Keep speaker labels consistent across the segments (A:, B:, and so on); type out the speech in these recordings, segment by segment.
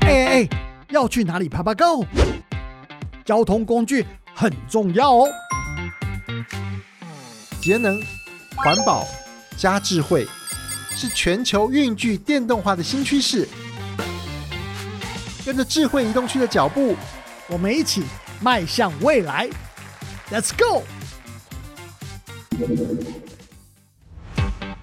A: 哎要去哪里爬爬 Go？交通工具很重要哦。
B: 节能、环保加智慧，是全球运具电动化的新趋势。跟着智慧移动区的脚步，
A: 我们一起迈向未来，Let's go！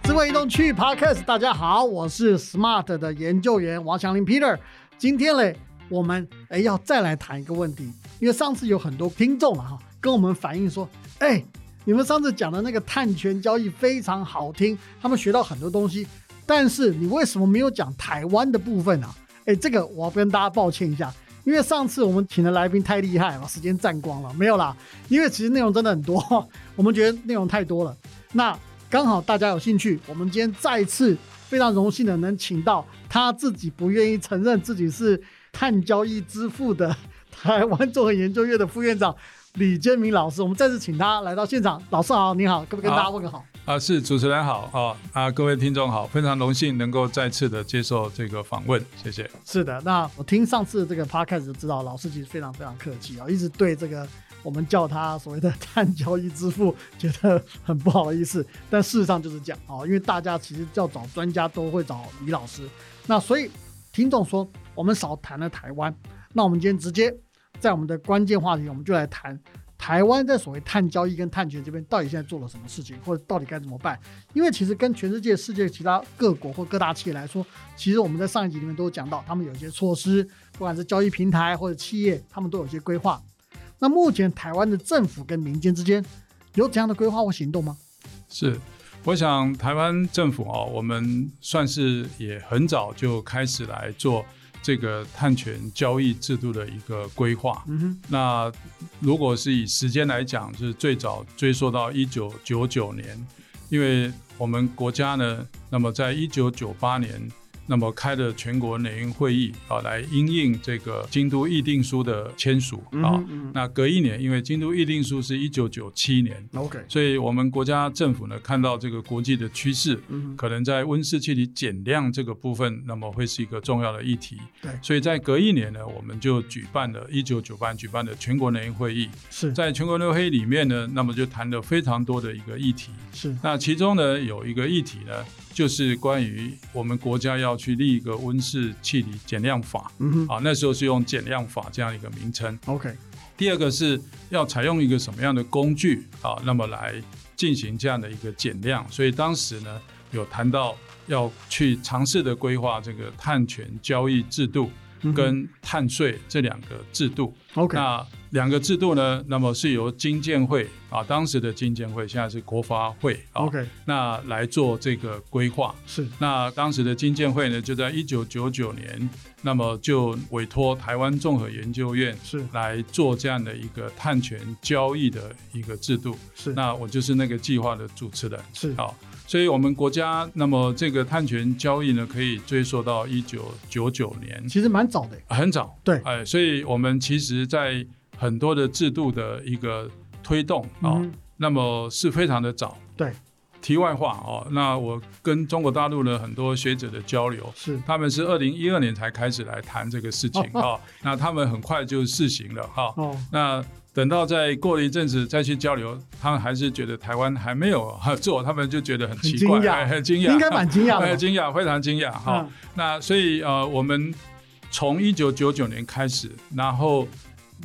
A: 智慧移动区 Podcast，大家好，我是 Smart 的研究员王祥林 Peter。今天嘞，我们哎要再来谈一个问题，因为上次有很多听众了哈，跟我们反映说，哎，你们上次讲的那个碳权交易非常好听，他们学到很多东西，但是你为什么没有讲台湾的部分啊？哎，这个我要跟大家抱歉一下，因为上次我们请的来宾太厉害了，时间占光了，没有啦。因为其实内容真的很多，我们觉得内容太多了。那刚好大家有兴趣，我们今天再次非常荣幸的能请到他自己不愿意承认自己是碳交易之父的 台湾综合研究院的副院长李建明老师，我们再次请他来到现场。老师好，你好，可不可以跟
C: 好
A: 大家问个好？
C: 啊，是主持人好哦，啊，各位听众好，非常荣幸能够再次的接受这个访问，谢谢。
A: 是的，那我听上次这个 podcast 就知道，老师其实非常非常客气啊、一直对这个我们叫他所谓的碳交易之父觉得很不好意思，但事实上就是这样啊、因为大家其实要找专家都会找李老师，那所以听众说我们少谈了台湾，那我们今天直接在我们的关键话题，我们就来谈。台湾在所谓碳交易跟碳权这边到底现在做了什么事情，或者到底该怎么办？因为其实跟全世界、世界其他各国或各大企业来说，其实我们在上一集里面都有讲到，他们有一些措施，不管是交易平台或者企业，他们都有一些规划。那目前台湾的政府跟民间之间有怎样的规划或行动吗？
C: 是，我想台湾政府哦，我们算是也很早就开始来做这个碳权交易制度的一个规划。
A: 嗯哼，
C: 那如果是以时间来讲，就是最早追溯到一九九九年，因为我们国家呢，那么在一九九八年，那么开了全国联营会议啊，来因应这个京都议定书的签署啊。
A: 嗯
C: 那隔一年，因为京都议定书是一九九七年，
A: 哼，OK，
C: 所以我们国家政府呢，看到这个国际的趋势，
A: 嗯哼，
C: 可能在温室气体减量这个部分，那么会是一个重要的议题。
A: 对
C: 所以在隔一年呢，我们就举办了1998年举办的全国联谊会议，
A: 是
C: 在全国联谊会议里面呢，那么就谈了非常多的一个议题。
A: 是，
C: 那其中呢，有一个议题呢，就是关于我们国家要去立一个温室气体减量法
A: 嗯哼
C: 啊，那时候是用减量法这样一个名称。
A: ，OK，
C: 第二个是要采用一个什么样的工具啊，那么来进行这样的一个减量。所以当时呢，有谈到要去尝试的规划这个碳权交易制度
A: 嗯哼
C: 跟碳税这两个制度。
A: OK，
C: 那两个制度呢，那么是由经建会啊，当时的经建会，现在是国发会啊
A: OK
C: 那来做这个规划。
A: 是
C: 那当时的经建会呢，就在一九九九年，那么就委托台湾综合研究院
A: 是
C: 来做这样的一个碳权交易的一个制度。
A: 是
C: 那我就是那个计划的主持人。
A: 是
C: 好，所以我们国家那么这个碳权交易呢，可以追溯到一九九九年，
A: 其实蛮早的，
C: 很早。
A: 对
C: 哎、所以我们其实，在很多的制度的一个推动啊、
A: 嗯哼
C: 那么是非常的早。
A: 对，
C: 题外话哦，那我跟中国大陆的很多学者的交流，
A: 是
C: 他们是二零一二年才开始来谈这个事 情啊、那他们很快就试行了哈、
A: 哦，
C: 那等到再过了一阵子再去交流，他们还是觉得台湾还没有 哈做，他们就觉得很奇怪，
A: 很惊讶
C: 哎很惊讶，
A: 应该蛮惊讶
C: 哎
A: 的吧，
C: 惊讶，非常惊讶哈、
A: 嗯
C: 那所以呃，我们从一九九九年开始，然后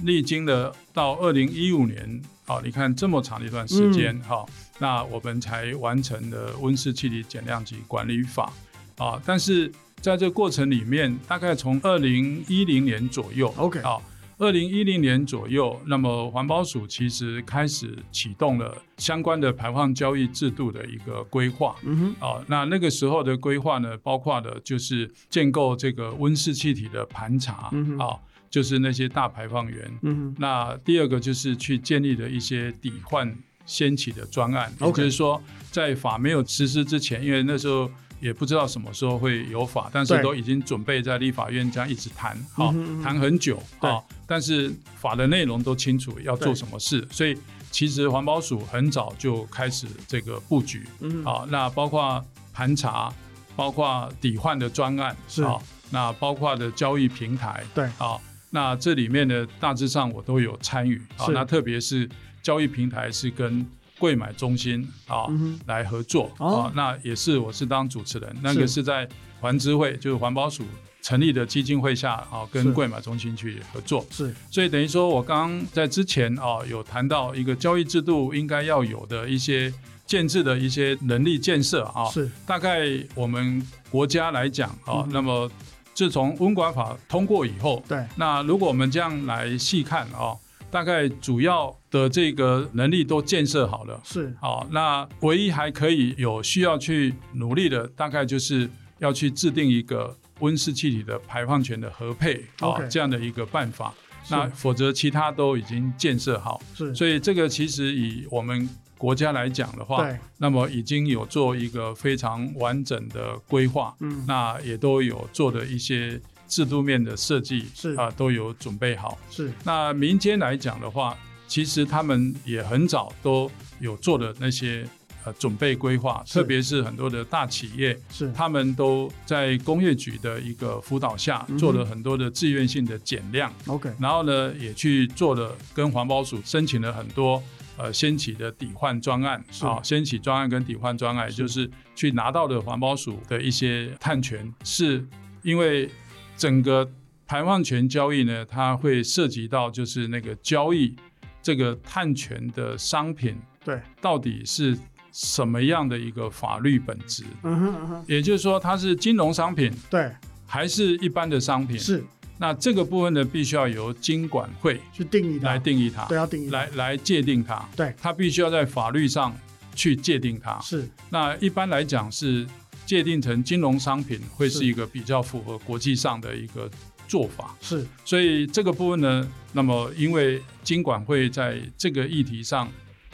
C: 历经了到二零一五年，好、你看这么长的一段时间
A: 嗯
C: 哈、那我们才完成了温室气体减量及管理法啊、但是在这个过程里面，大概从二零一零年左右
A: OK
C: 啊。二零一零年左右，那么环保署其实开始启动了相关的排放交易制度的一个规划。
A: 嗯哼，
C: 哦，那那个时候的规划呢，包括的就是建构这个温室气体的盘查，啊、
A: 嗯哼
C: 就是那些大排放源。
A: 嗯
C: 那第二个就是去建立的一些抵换掀起的专案，也
A: OK
C: 就是说，在法没有实施之前，因为那时候也不知道什么时候会有法，但是
A: 对
C: 都已经准备在立法院这样一直谈，哈、
A: 嗯哼嗯哼
C: 谈很久，
A: 对
C: 哈、但是法的内容都清楚要
A: 对
C: 做什么事，所以其实环保署很早就开始这个布局，
A: 嗯哼，
C: 好、那包括盘查，包括抵换的专案，
A: 是
C: 好那包括的交易平台，
A: 对
C: 好、那这里面呢，大致上我都有参与啊。
A: 是
C: 那特别是交易平台是跟贵买中心啊、
A: 嗯哼
C: 来合作、
A: 哦
C: 啊。那也是我是当主持人，那
A: 是
C: 个是在环知会，就是环保署成立的基金会下啊，
A: 是
C: 跟贵买中心去合作。
A: 是
C: 所以等于说，我刚刚在之前啊、有谈到一个交易制度应该要有的一些建制的一些能力建设啊、
A: 是
C: 大概我们国家来讲啊、
A: 嗯
C: 那么自从温管法通过以后，
A: 对，
C: 那如果我们这样来细看啊、大概主要的这个能力都建设好了，
A: 是
C: 好、那唯一还可以有需要去努力的，大概就是要去制定一个温室气体的排放权的合配啊、
A: OK
C: 这样的一个办法。
A: 是
C: 那否则其他都已经建设好，
A: 是，
C: 所以这个其实以我们国家来讲的话，
A: 对，
C: 那么已经有做一个非常完整的规划，
A: 嗯，
C: 那也都有做的一些制度面的设计，
A: 是
C: 啊、都有准备好。
A: 是
C: 那民间来讲的话，其实他们也很早都有做的那些呃准备规划，
A: 是
C: 特别是很多的大企业，
A: 是
C: 他们都在工业局的一个辅导下
A: 嗯哼
C: 做了很多的自愿性的减量，
A: ，OK，
C: 然后呢也去做了跟环保署申请了很多。呃，先起的抵换专案
A: 是
C: 啊，先起专案跟抵换专案，也就是去拿到的环保署的一些碳权，是因为整个排放权交易呢，它会涉及到就是那个交易这个碳权的商品
A: 对，
C: 到底是什么样的一个法律本质，
A: 嗯哼嗯哼，
C: 也就是说它是金融商品
A: 对，
C: 还是一般的商品？
A: 是
C: 那这个部分呢，必须要由金管会
A: 去定义的，
C: 来定义它，
A: 对，要定义的，
C: 来来界定它。
A: 对，
C: 它必须要在法律上去界定它。
A: 是
C: 那一般来讲是界定成金融商品，会
A: 是
C: 是一个比较符合国际上的一个做法。
A: 是
C: 所以这个部分呢，那么因为金管会在这个议题上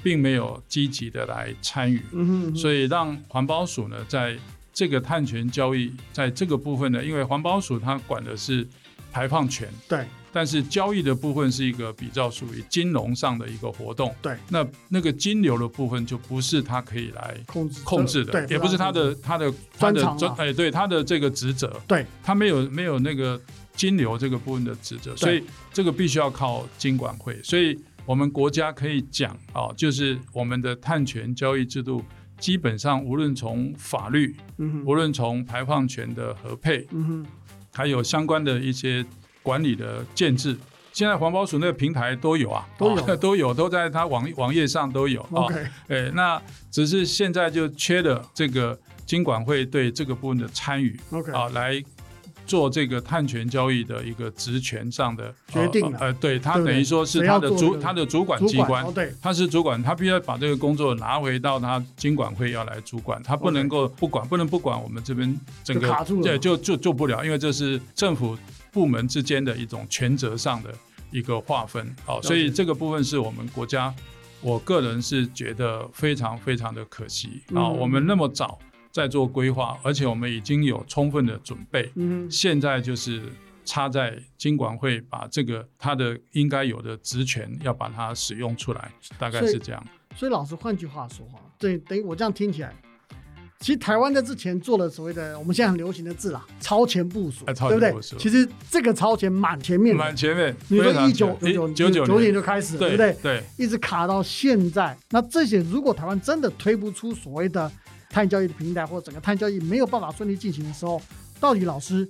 C: 并没有积极的来参与，
A: 嗯哼嗯哼，
C: 所以让环保署呢在这个碳权交易在这个部分呢，因为环保署它管的是排放权，
A: 对，
C: 但是交易的部分是一个比较属于金融上的一个活动，
A: 对，
C: 那那个金流的部分就不是它可以来
A: 控制
C: 控制的，
A: 对，
C: 也不是他的他的他
A: 专
C: 的
A: 长啊
C: 哎，对他的这个职责，
A: 对，
C: 他没有没有那个金流这个部分的职责，所以这个必须要靠金管会，所以我们国家可以讲啊、就是我们的碳权交易制度。基本上，无论从法律，
A: 嗯
C: 无
A: 哼，
C: 论从排放权的合配，
A: 嗯哼，
C: 还有相关的一些管理的建制，现在环保署那个平台都有啊，
A: 都有
C: 哦 都有，都在它网网页上都有啊。
A: OK，
C: 哎，那只是现在就缺了这个金管会对这个部分的参与
A: OK，
C: 啊，来做这个碳权交易的一个职权上的呃
A: 决定了
C: 呃，对，它
A: 对不对
C: 等于说是
A: 谁
C: 它
A: 要
C: 的
A: 做这
C: 主
A: 个
C: 它的主管
A: 主
C: 机关
A: 哦，。对，
C: 它是主管，它必须要把这个工作拿回到它金管会要来主管，它不
A: OK
C: 能够不管，不能不管我们这边整
A: 就
C: 个
A: 卡住了
C: 对，就就做不了，因为这是政府部门之间的一种权责上的一个划分，哦，
A: 解
C: 所以这个部分是我们国家，我个人是觉得非常非常的可惜
A: 嗯
C: 啊、我们那么早在做规划，而且我们已经有充分的准备，
A: 嗯哼，
C: 现在就是插在金管会把这个它的应该有的职权要把它使用出来，大概是这样。
A: 所以老师，换句话说哈，对，等于我这样听起来。其实台湾在之前做了所谓的我们现在很流行的字啦，超前部署，
C: 哎超
A: 对
C: 前
A: 不对
C: 部署？
A: 其实这个超前蛮前面的，
C: 蛮前面，
A: 嗯你
C: 非
A: 说
C: 常
A: 一九九
C: 九
A: 九
C: 九
A: 九年就开始，对
C: 对
A: 不对？
C: 对，
A: 一直卡到现在。那这些如果台湾真的推不出所谓的碳交易的平台，或者整个碳交易没有办法顺利进行的时候，到底老师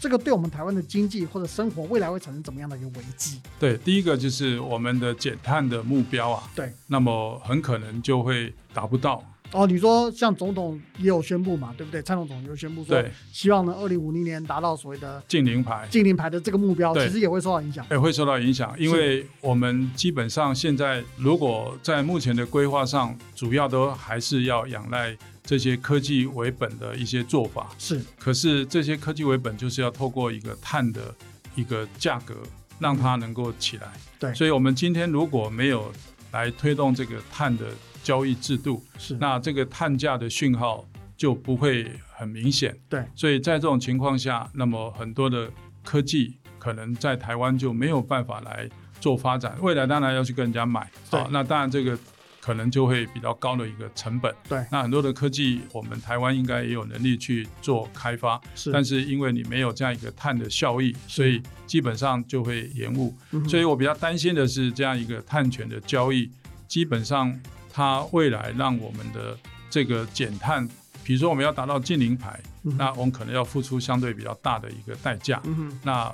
A: 这个对我们台湾的经济或者生活未来会产生怎么样的一个危机？
C: 对，第一个就是我们的减碳的目标啊，
A: 对，
C: 那么很可能就会达不到。
A: 哦，你说像总统也有宣布嘛，对不对？蔡总统也有宣布说
C: 对，
A: 希望呢二零五零年达到所谓的
C: 近零排
A: 净零排的这个目标，
C: 对
A: 其实也会受到影响。
C: 也会受到影响，因为我们基本上现在如果在目前的规划上，主要都还是要仰赖这些科技为本的一些做法。
A: 是
C: 可是这些科技为本就是要透过一个碳的一个价格，让它能够起来。
A: 对
C: 所以我们今天如果没有来推动这个碳的交易制度，
A: 是，
C: 那这个碳价的讯号就不会很明显。
A: 对，
C: 所以在这种情况下，那么很多的科技可能在台湾就没有办法来做发展。未来当然要去跟人家买，啊
A: 对
C: 那当然这个可能就会比较高的一个成本。
A: 对
C: 那很多的科技，我们台湾应该也有能力去做开发，
A: 是，
C: 但是因为你没有这样一个碳的效益，所以基本上就会延误。
A: 嗯哼
C: 所以我比较担心的是，这样一个碳权的交易，基本上它未来让我们的这个减碳，比如说我们要达到近零排，
A: 嗯哼
C: 那我们可能要付出相对比较大的一个代价，
A: 嗯哼，
C: 那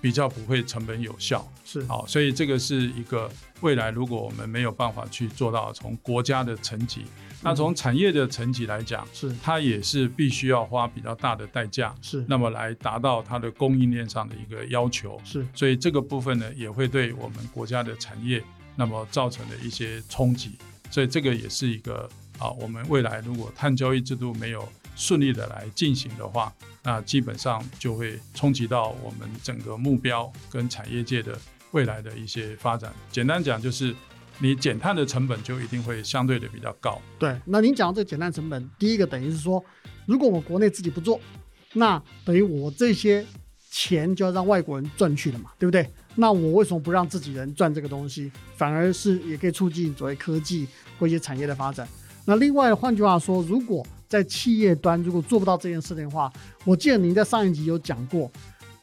C: 比较不会成本有效。
A: 是，
C: 好，所以这个是一个未来，如果我们没有办法去做到从国家的层级，那从产业的层级来讲，
A: 是
C: 它也是必须要花比较大的代价，
A: 是
C: 那么来达到它的供应链上的一个要求。
A: 是
C: 所以这个部分呢，也会对我们国家的产业那么造成的一些冲击。所以这个也是一个啊，我们未来如果碳交易制度没有顺利的来进行的话，那基本上就会冲击到我们整个目标跟产业界的未来的一些发展。简单讲就是。你减碳的成本就一定会相对的比较高，
A: 对。那您讲到这个减碳成本，第一个等于是说，如果我国内自己不做，那等于我这些钱就要让外国人赚去了嘛，对不对？那我为什么不让自己人赚这个东西，反而是也可以促进所谓科技或一些产业的发展？那另外，换句话说，如果在企业端如果做不到这件事情的话，我记得您在上一集有讲过，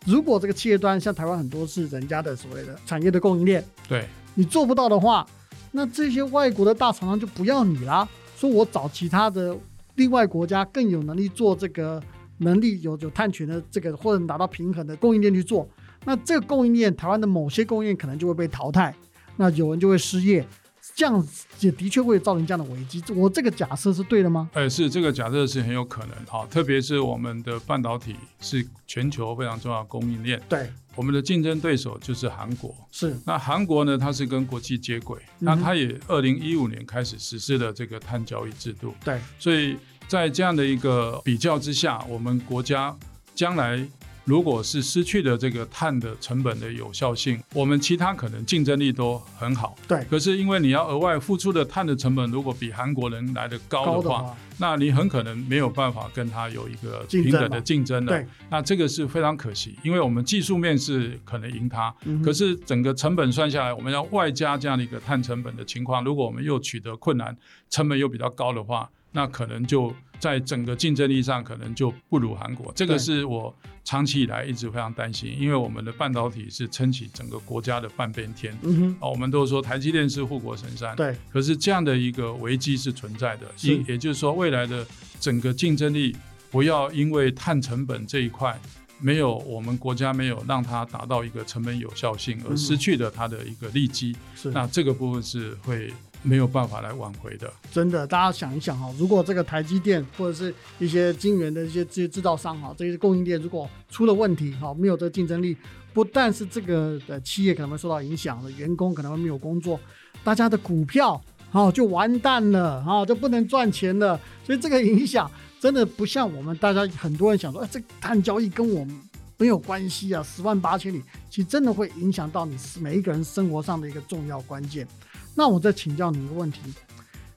A: 如果这个企业端像台湾很多是人家的所谓的产业的供应链，
C: 对，
A: 你做不到的话，那这些外国的大厂商就不要你啦。说我找其他的另外国家更有能力做这个能力有有碳权的这个或者达到平衡的供应链去做，那这个供应链台湾的某些供应链可能就会被淘汰，那有人就会失业，这样子也的确会造成这样的危机。我这个假设是对的吗？
C: 呃，是这个假设是很有可能哈、特别是我们的半导体是全球非常重要的供应链，
A: 对，
C: 我们的竞争对手就是韩国。
A: 是
C: 那韩国呢，它是跟国际接轨，
A: 嗯
C: 那它也二零一五年开始实施了这个碳交易制度，
A: 对，
C: 所以在这样的一个比较之下，我们国家将来。如果是失去了这个碳的成本的有效性，我们其他可能竞争力都很好。
A: 对
C: 可是因为你要额外付出的碳的成本，如果比韩国人来的高
A: 高
C: 的
A: 的
C: 话，
A: 话，
C: 那你很可能没有办法跟他有一个
A: 竞
C: 平
A: 争
C: 等的
A: 嘛
C: 竞争了
A: 对。
C: 那这个是非常可惜，因为我们技术面是可能赢他，
A: 嗯哼
C: 可是整个成本算下来，我们要外加这样的一个碳成本的情况，如果我们又取得困难，成本又比较高的话，那可能就在整个竞争力上可能就不如韩国。这
A: 对
C: 个是我长期以来一直非常担心，因为我们的半导体是撑起整个国家的半边天。
A: 嗯哼，
C: 哦，我们都说台积电是护国神山，
A: 对，
C: 可是这样的一个危机是存在的，
A: 是
C: 也也就是说，未来的整个竞争力不要因为碳成本这一块没有我们国家没有让它达到一个成本有效性，而
A: 嗯
C: 失去了它的一个利基，
A: 是
C: 那这个部分是会没有办法来挽回的。
A: 真的，大家想一想哈、如果这个台积电或者是一些晶圆的一些这些制造商哈、这些供应链如果出了问题哈、没有这个竞争力，不但是这个呃企业可能会受到影响，员工可能会没有工作，大家的股票哈、就完蛋了哈、就不能赚钱了，所以这个影响真的不像我们大家很多人想说，哎，这个碳交易跟我们没有关系啊，十万八千里，其实真的会影响到你每一个人生活上的一个重要关键。那我再请教你一个问题，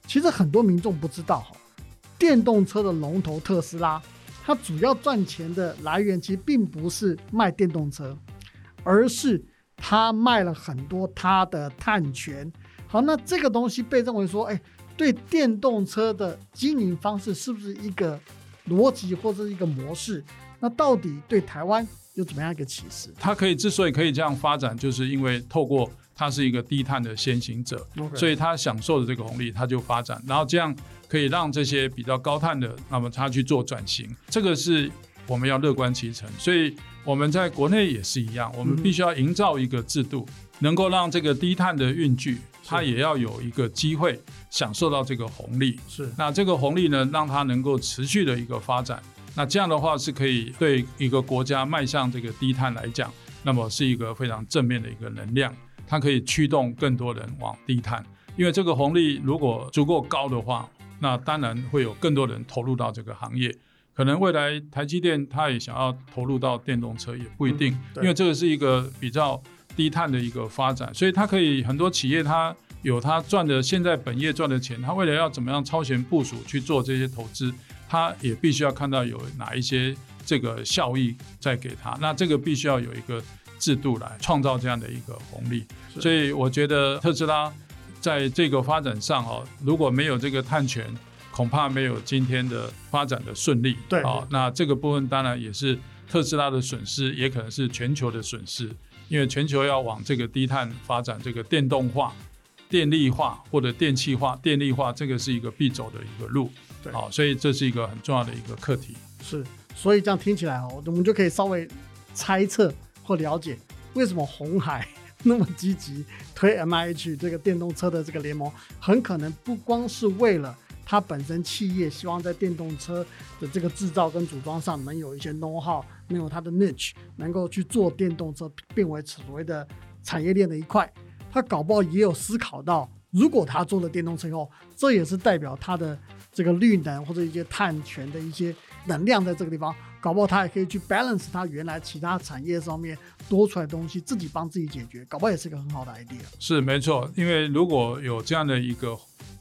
A: 其实很多民众不知道哈，电动车的龙头特斯拉，它主要赚钱的来源其实并不是卖电动车，而是它卖了很多它的碳权。好，那这个东西被认为说，哎，对电动车的经营方式是不是一个逻辑或者是一个模式？那到底对台湾有怎么样一个启示
C: 它可以之所以可以这样发展，就是因为透过它是一个低碳的先行者，所以它享受的这个红利，它就发展，然后这样可以让这些比较高碳的，那么它去做转型，这个是我们要乐观其成。所以我们在国内也是一样，我们
A: 嗯
C: 必须要营造一个制度，能够让这个低碳的运具，它也要有一个机会享受到这个红利。
A: 是
C: 那这个红利呢，让它能够持续的一个发展。那这样的话是可以对一个国家迈向这个低碳来讲，那么是一个非常正面的一个能量，它可以驱动更多人往低碳。因为这个红利如果足够高的话，那当然会有更多人投入到这个行业。可能未来台积电它也想要投入到电动车，也不一定，
A: 嗯对
C: 因为这个是一个比较低碳的一个发展，所以它可以很多企业它有它赚的现在本业赚的钱，它未来要怎么样超前部署去做这些投资，它也必须要看到有哪一些这个效益在给它，那这个必须要有一个制度来创造这样的一个红利，
A: 是
C: 所以我觉得特斯拉。在这个发展上哦，如果没有这个碳权，恐怕没有今天的发展的顺利。
A: 对
C: 啊、那这个部分当然也是特斯拉的损失，也可能是全球的损失，因为全球要往这个低碳发展，这个电动化、电力化或者电气化、电力化，这个是一个必走的一个路。
A: 对
C: 好、所以这是一个很重要的一个课题。
A: 是，所以这样听起来哦，我们就可以稍微猜测或了解为什么红海那么积极推 MIH 这个电动车的这个联盟，很可能不光是为了它本身企业希望在电动车的这个制造跟组装上能有一些 know how，能有它的 niche，能够去做电动车变为所谓的产业链的一块，它搞不好也有思考到。如果它做了电动车以后，这也是代表它的这个绿能或者一些碳权的一些能量在这个地方，搞不好它也可以去 balance 它原来其他产业上面多出来的东西，自己帮自己解决，搞不好也是一个很好的 idea。
C: 是没错，因为如果有这样的一个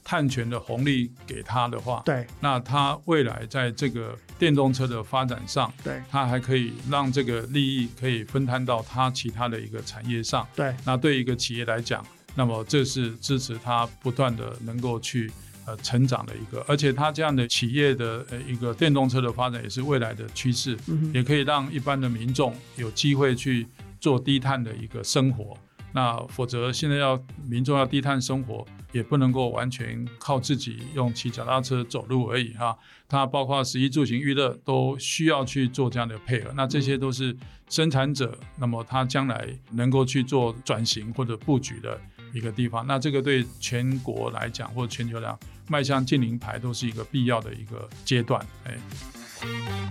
C: 碳权的红利给他的话，
A: 对
C: 那他未来在这个电动车的发展上，
A: 对
C: 他还可以让这个利益可以分摊到他其他的一个产业上。
A: 对，
C: 那对一个企业来讲，那么这是支持它不断的能够去呃成长的一个，而且它这样的企业的呃一个电动车的发展也是未来的趋势，
A: 嗯哼，
C: 也可以让一般的民众有机会去做低碳的一个生活。那否则现在要民众要低碳生活，也不能够完全靠自己用骑脚踏车走路而已哈。它包括食衣住行娱乐都需要去做这样的配合。那这些都是生产者，那么他将来能够去做转型或者布局的一个地方。那这个对全国来讲或全球来讲，迈向近零排都是一个必要的一个阶段。哎，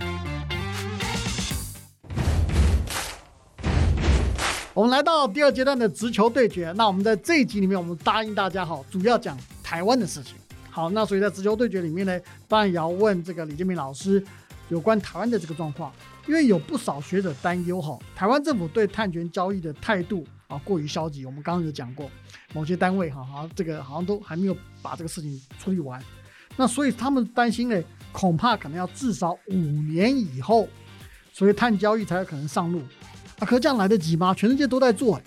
A: 我们来到第二阶段的直球对决。那我们在这一集里面，我们答应大家好，主要讲台湾的事情。好，那所以在直球对决里面呢，当然也要问这个李建明老师有关台湾的这个状况，因为有不少学者担忧哈，台湾政府对碳权交易的态度啊过于消极。我们刚刚有讲过，某些单位哈，好像这个好像都还没有把这个事情处理完。那所以他们担心呢，恐怕可能要至少五年以后，所以碳交易才有可能上路。啊，可这样来得及吗？全世界都在做、欸，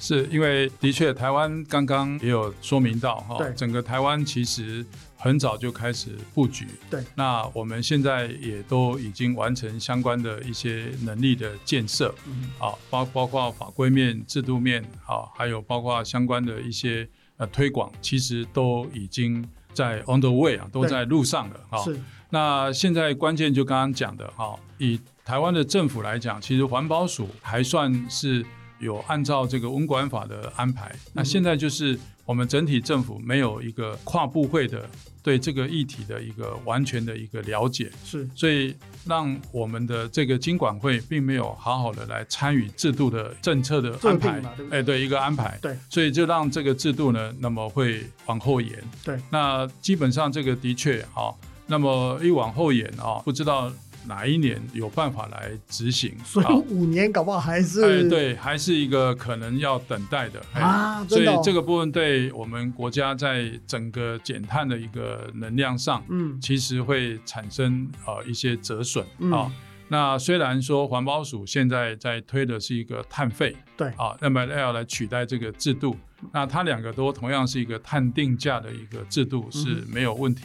C: 是因为的确，台湾刚刚也有说明到哈、
A: 对
C: 整个台湾其实很早就开始布局。
A: 对，
C: 那我们现在也都已经完成相关的一些能力的建设，
A: 嗯
C: 啊，包包括法规面、制度面，啊，还有包括相关的一些呃推广，其实都已经在 on the way 啊，都
A: 对
C: 在路上了哈。
A: 是，
C: 那现在关键就刚刚讲的哈，以台湾的政府来讲，其实环保署还算是有按照这个温管法的安排。那现在就是我们整体政府没有一个跨部会的对这个议题的一个完全的一个了解，
A: 是，
C: 所以让我们的这个经管会并没有好好的来参与制度的政策的安
A: 制
C: 排
A: 定嘛对不，对
C: 哎，对一个安排，
A: 对，
C: 所以就让这个制度呢，那么会往后延，
A: 对，
C: 那基本上这个的确啊、哦，那么一往后延啊、哦，不知道哪一年有办法来执行，
A: 所以
C: 啊
A: 五年搞不好还是、
C: 哎，对，还是一个可能要等待的哎
A: 啊
C: 所
A: 真
C: 以
A: 的哦
C: 这个部分对我们国家在整个减碳的一个能量上，
A: 嗯，
C: 其实会产生呃一些折损啊、
A: 嗯
C: 那虽然说环保署现在在推的是一个碳费，
A: 对
C: 啊，那么要来取代这个制度，那它两个都同样是一个碳定价的一个制度
A: 嗯
C: 是没有问题。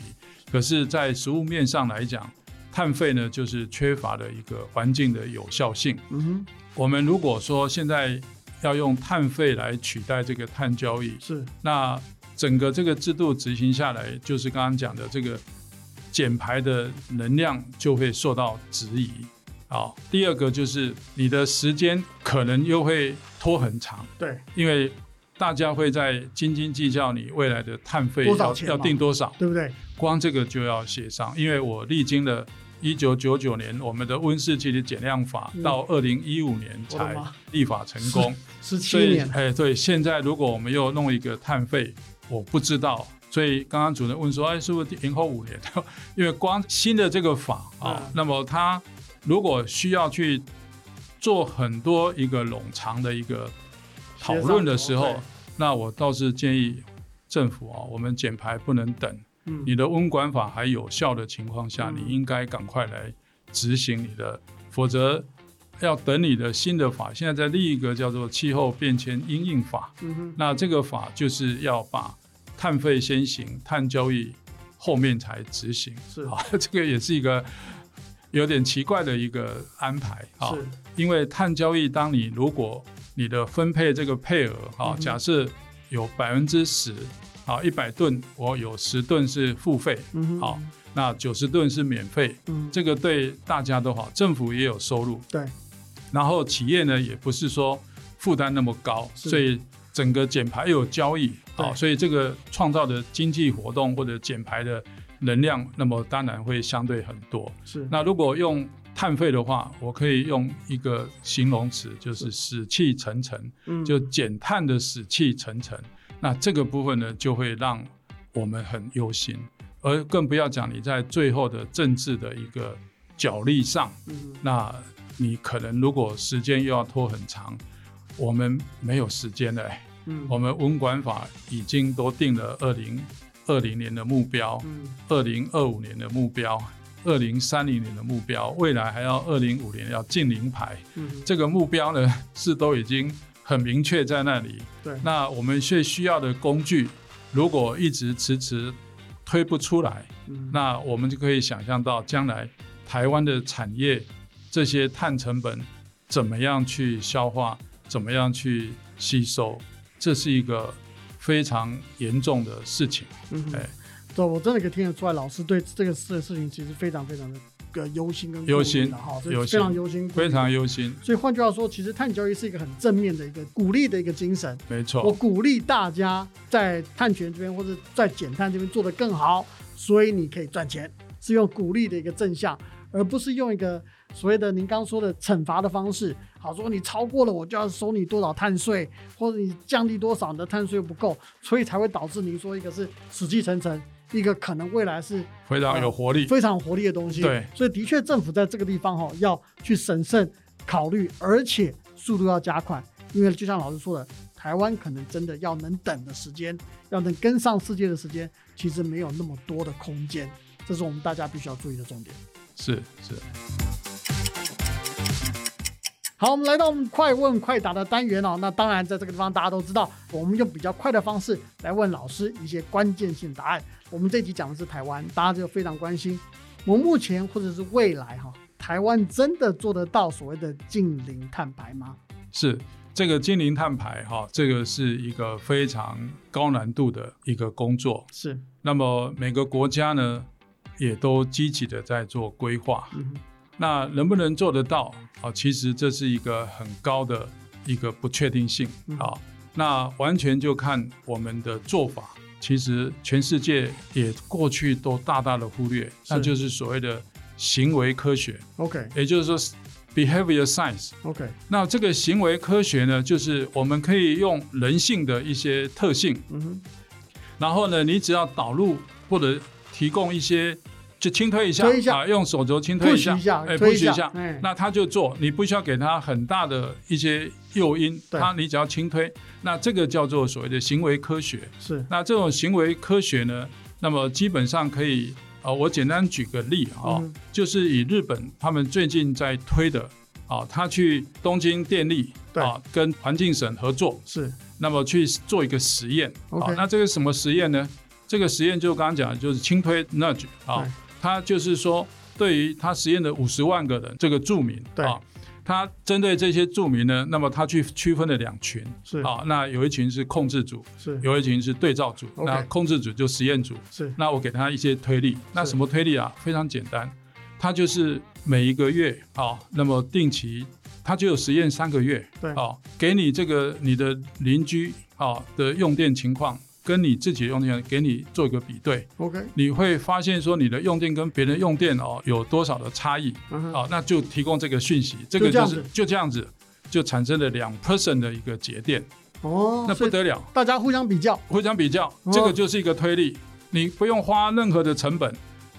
C: 可是，在实物面上来讲，碳费呢就是缺乏了一个环境的有效性。
A: 嗯哼，
C: 我们如果说现在要用碳费来取代这个碳交易，
A: 是，
C: 那整个这个制度执行下来，就是刚刚讲的这个减排的能量就会受到质疑。啊、第二个就是你的时间可能又会拖很长，
A: 对，
C: 因为大家会在斤斤计较你未来的碳费
A: 多少
C: 要
A: 钱嘛
C: 要定多少，
A: 对不对？
C: 光这个就要协商。因为我历经了一九九九年我们的温室气体减量法
A: 嗯
C: 到二零一五年
A: 我的
C: 才
A: 妈
C: 立法成功，
A: 十七
C: 所以，
A: 年，
C: 哎，对，现在如果我们又弄一个碳费，我不知道。所以刚刚主任问说，哎，是不是延后五年？ 因为光新的这个法啊，
A: 嗯
C: 那么它如果需要去做很多一个冗长的一个讨论的时
A: 协
C: 候
A: 商，哦
C: 那我倒是建议政府啊，我们减排不能等，
A: 嗯，
C: 你的温管法还有效的情况下，
A: 嗯
C: 你应该赶快来执行你的，否则，哎、要等你的新的法，现在在立一个叫做气候变迁因应法。
A: 嗯哼，
C: 那这个法就是要把碳费先行，碳交易后面才执行。
A: 是
C: 啊，这个也是一个有点奇怪的一个安排啊。
A: 是，
C: 因为碳交易，当你如果你的分配这个配额
A: 嗯
C: 啊，
A: 哼
C: 假设有百分之十啊，一百吨我有十吨是付费，
A: 嗯哼，
C: 好，那九十吨是免费，
A: 嗯，
C: 这个对大家都好，政府也有收入，
A: 对，
C: 然后企业呢也不是说负担那么高，
A: 是
C: 所以整个减排又有交易，
A: 对
C: 好、所以这个创造的经济活动或者减排的能量，那么当然会相对很多。
A: 是，
C: 那如果用碳费的话，我可以用一个形容词，就是死气沉沉，
A: 嗯
C: 就减碳的死气沉沉。那这个部分呢，就会让我们很忧心，而更不要讲你在最后的政治的一个角力上，
A: 嗯
C: 那你可能如果时间又要拖很长，我们没有时间了、欸。
A: 嗯，
C: 我们温管法已经都定了二零二零年的目标，
A: 嗯
C: 二零二五年的目标，二零三零年的目标，未来还要二零五年要近零排。
A: 嗯，
C: 这个目标呢 是都已经很明确在那里。
A: 对
C: 那我们最需要的工具，如果一直迟迟推不出来，
A: 嗯
C: 那我们就可以想象到将来台湾的产业这些碳成本怎么样去消化，怎么样去吸收，这是一个非常严重的事情。
A: 嗯哼
C: 哎，
A: 对，我真的可以听得出来，老师对这个事的事情其实非常非常的个忧心跟顾虑
C: 忧心
A: 的哈，所以
C: 忧
A: 非
C: 心
A: 常忧心，
C: 非常。忧心，
A: 所以换句话说，其实碳交易是一个很正面的一个鼓励的一个精神。
C: 没
A: 我
C: 错，
A: 鼓励大家在碳权这边或者在减碳这边做得更好，所以你可以赚钱，是用鼓励的一个正向，而不是用一个所谓的您刚说的惩罚的方式。好，说你超过了我就要收你多少碳税，或者你降低多少你的碳税不够，所以才会导致您说一个是死气沉沉，一个可能未来是
C: 非常有活力。
A: 啊非常有活力的东西。
C: 对，
A: 所以的确政府在这个地方哈、要去审慎考虑，而且速度要加快，因为就像老师说的，台湾可能真的要能等的时间，要能跟上世界的时间，其实没有那么多的空间，这是我们大家必须要注意的重点。
C: 是是，
A: 好，我们来到我们快问快答的单元哦。那当然，在这个地方大家都知道，我们用比较快的方式来问老师一些关键性答案。我们这集讲的是台湾，大家就非常关心，我们目前或者是未来哈、台湾真的做得到所谓的近零碳排吗？
C: 是这个精灵碳排哈、这个是一个非常高难度的一个工作。
A: 是，
C: 那么每个国家呢，也都积极的在做规划。
A: 嗯
C: 那能不能做得到啊？其实这是一个很高的一个不确定性
A: 嗯
C: 啊。那完全就看我们的做法。其实全世界也过去都大大的忽略，那就是所谓的行为科学，
A: ，OK
C: 也就是说 behavior science。
A: OK，
C: 那这个行为科学呢，就是我们可以用人性的一些特性，
A: 嗯哼，
C: 然后呢，你只要导入或者提供一些，就轻推一下，
A: 推一下
C: 啊，用手肘轻推一下，
A: push 一下
C: 哎，
A: 推一
C: push
A: 下
C: 一下
A: 哎，
C: 那他就做，你不需要给他很大的一些诱因，
A: 对
C: 他你只要轻推，那这个叫做所谓的行为科学。
A: 是，
C: 那这种行为科学呢，那么基本上可以，呃，我简单举个例
A: 嗯
C: 啊、
A: 哼
C: 就是以日本他们最近在推的啊、他去东京电力
A: 对
C: 啊、跟环境省合作，
A: 是
C: 那么去做一个实验。好、
A: OK
C: 那这个什么实验呢？这个实验就刚刚讲的，就是轻推 nudge 啊
A: 对，
C: 它就是说对于他实验的五十万个人这个住民
A: 对
C: 啊，他针对这些住民呢，那么他去区分了两群
A: 是
C: 啊，那有一群是控制组，
A: 是
C: 有一群是对照组，
A: OK
C: 那控制组就实验组。
A: 是，
C: 那我给他一些推力，那
A: 是
C: 什么推力啊？非常简单，他就是每一个月啊、那么定期，他就有实验三个月，
A: 对
C: 啊、给你这个你的邻居啊、的用电情况。跟你自己的用电给你做一个比对，
A: ，OK，
C: 你会发现说你的用电跟别人用电哦有多少的差异，
A: 嗯哼，
C: 哦，那就提供这个讯息，这个
A: 就这样
C: 就是
A: 子
C: 就这样子，就产生了两 person 的一个节电，
A: 哦，
C: 那
A: 所
C: 不
A: 以
C: 得了，
A: 大家互相比较，
C: 互相比较
A: 哦，
C: 这个就是一个推力，你不用花任何的成本，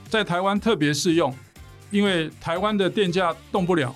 C: 在台湾特别适用，因为台湾的电价动不了，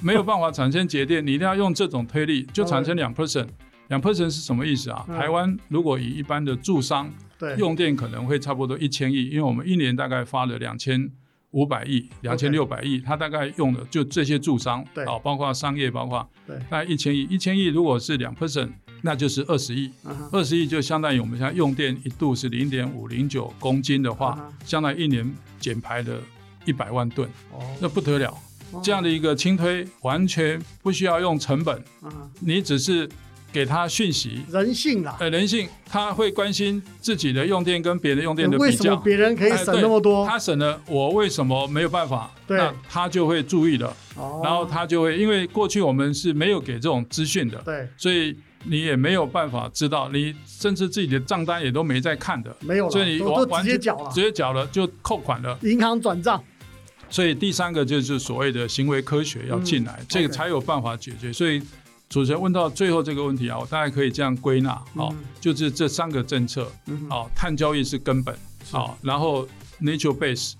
C: 没有办法产生节电，你一定要用这种推力，就产生两 percent。两 percent 是什么意思啊？
A: 嗯哎
C: 台湾如果以一般的住商
A: 对，
C: 用电可能会差不多一千亿，因为我们一年大概发了两千五百亿、两千六百亿，它大概用的就这些助商，
A: 对
C: 哦，包括商业，包括
A: 对
C: 大概一千亿，一千亿如果是两 percent，那就是二十亿，
A: 啊哈
C: 二十亿就相当于我们现在用电一度是零点五零九公斤的
A: 啊
C: 话
A: 哈，
C: 相当于一年减排了一百万吨，
A: 哦
C: 那不得了。这样的一个轻推，完全不需要用成本，
A: 啊哈
C: 你只是给他讯息。
A: 人性啦，
C: 呃，人性他会关心自己的用电跟别人用电的
A: 为
C: 比
A: 什么
C: 较，
A: 别人可以
C: 哎
A: 省
C: 对
A: 那么多？
C: 他省了，我为什么没有办法？
A: 对
C: 那他就会注意了，
A: 哦
C: 然后他就会，因为过去我们是没有给这种资讯的，
A: 对
C: 所以你也没有办法知道，你甚至自己的账单也都没在看的，
A: 没有了，
C: 所以你
A: 都
C: 完
A: 都
C: 完
A: 直接
C: 全
A: 缴了
C: 直，接缴了就扣款了。
A: 银行转账。
C: 所以第三个就是所谓的行为科学要进来，
A: 嗯
C: 这个
A: OK
C: 才有办法解决。所以主持人问到最后这个问题啊，我大概可以这样归纳啊，
A: 嗯
C: 就是这三个政策
A: 嗯哼
C: 啊，碳交易是根本啊，然后 nature base，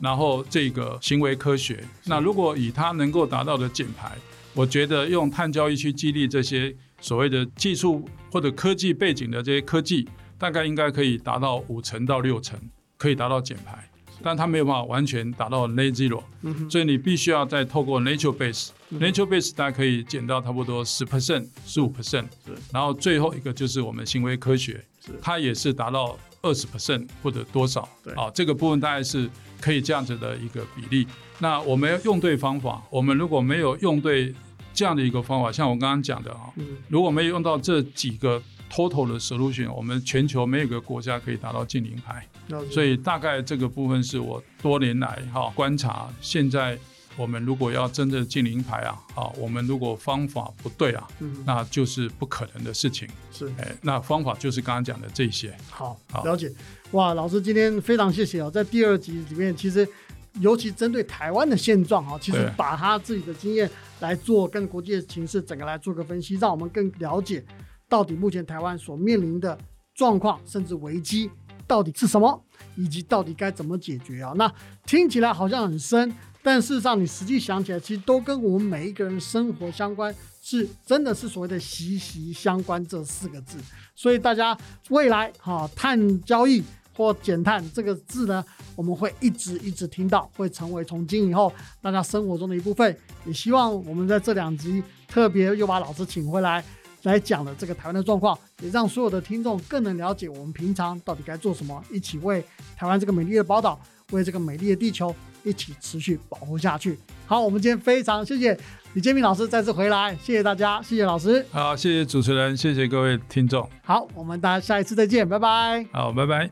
C: 然后这个行为科学。那如果以它能够达到的减排，我觉得用碳交易去激励这些所谓的技术或者科技背景的这些科技，大概应该可以达到五成到六成，可以达到减排。但它没有办法完全达到 net zero，
A: 嗯哼嗯
C: 所以你必须要再透过 nature base、nature base 大家可以减到差不多十 percent、十五 percent，
A: 是
C: 然后最后一个就是我们行为科学，它也是达到二十 percent 或者多少，
A: 对
C: 啊，这个部分大概是可以这样子的一个比例。那我们要用对方法，我们如果没有用对这样的一个方法，像我刚刚讲的啊、
A: 嗯
C: 如果没有用到这几个 total 的 solution，我们全球没有一个国家可以达到近零排。
A: 了解
C: 所以大概这个部分是我多年来哈、观察，现在我们如果要真的进零牌啊，啊，我们如果方法不对啊，
A: 嗯哼
C: 那就是不可能的事情。
A: 是
C: 哎，那方法就是刚刚讲的这些。
A: 好，
C: 好
A: 了解。哇，老师今天非常谢谢哦，在第二集里面，其实尤其针对台湾的现状哦，其实
C: 对
A: 把他自己的经验来做跟国际的情势整个来做个分析，让我们更了解到底目前台湾所面临的状况甚至危机到底是什么，以及到底该怎么解决啊。那听起来好像很深，但事实上你实际想起来，其实都跟我们每一个人生活相关，是真的是所谓的息息相关这四个字。所以大家未来哈、碳交易或减碳这个字呢，我们会一直一直听到，会成为从今以后大家生活中的一部分。也希望我们在这两集特别又把老师请回来。来讲的这个台湾的状况，也让所有的听众更能了解我们平常到底该做什么，一起为台湾这个美丽的宝岛，为这个美丽的地球一起持续保护下去。好，我们今天非常谢谢李建明老师再次回来，谢谢大家，谢谢老师。
C: 好，谢谢主持人，谢谢各位听众，
A: 好，我们大家下一次再见，拜拜。
C: 好，拜拜。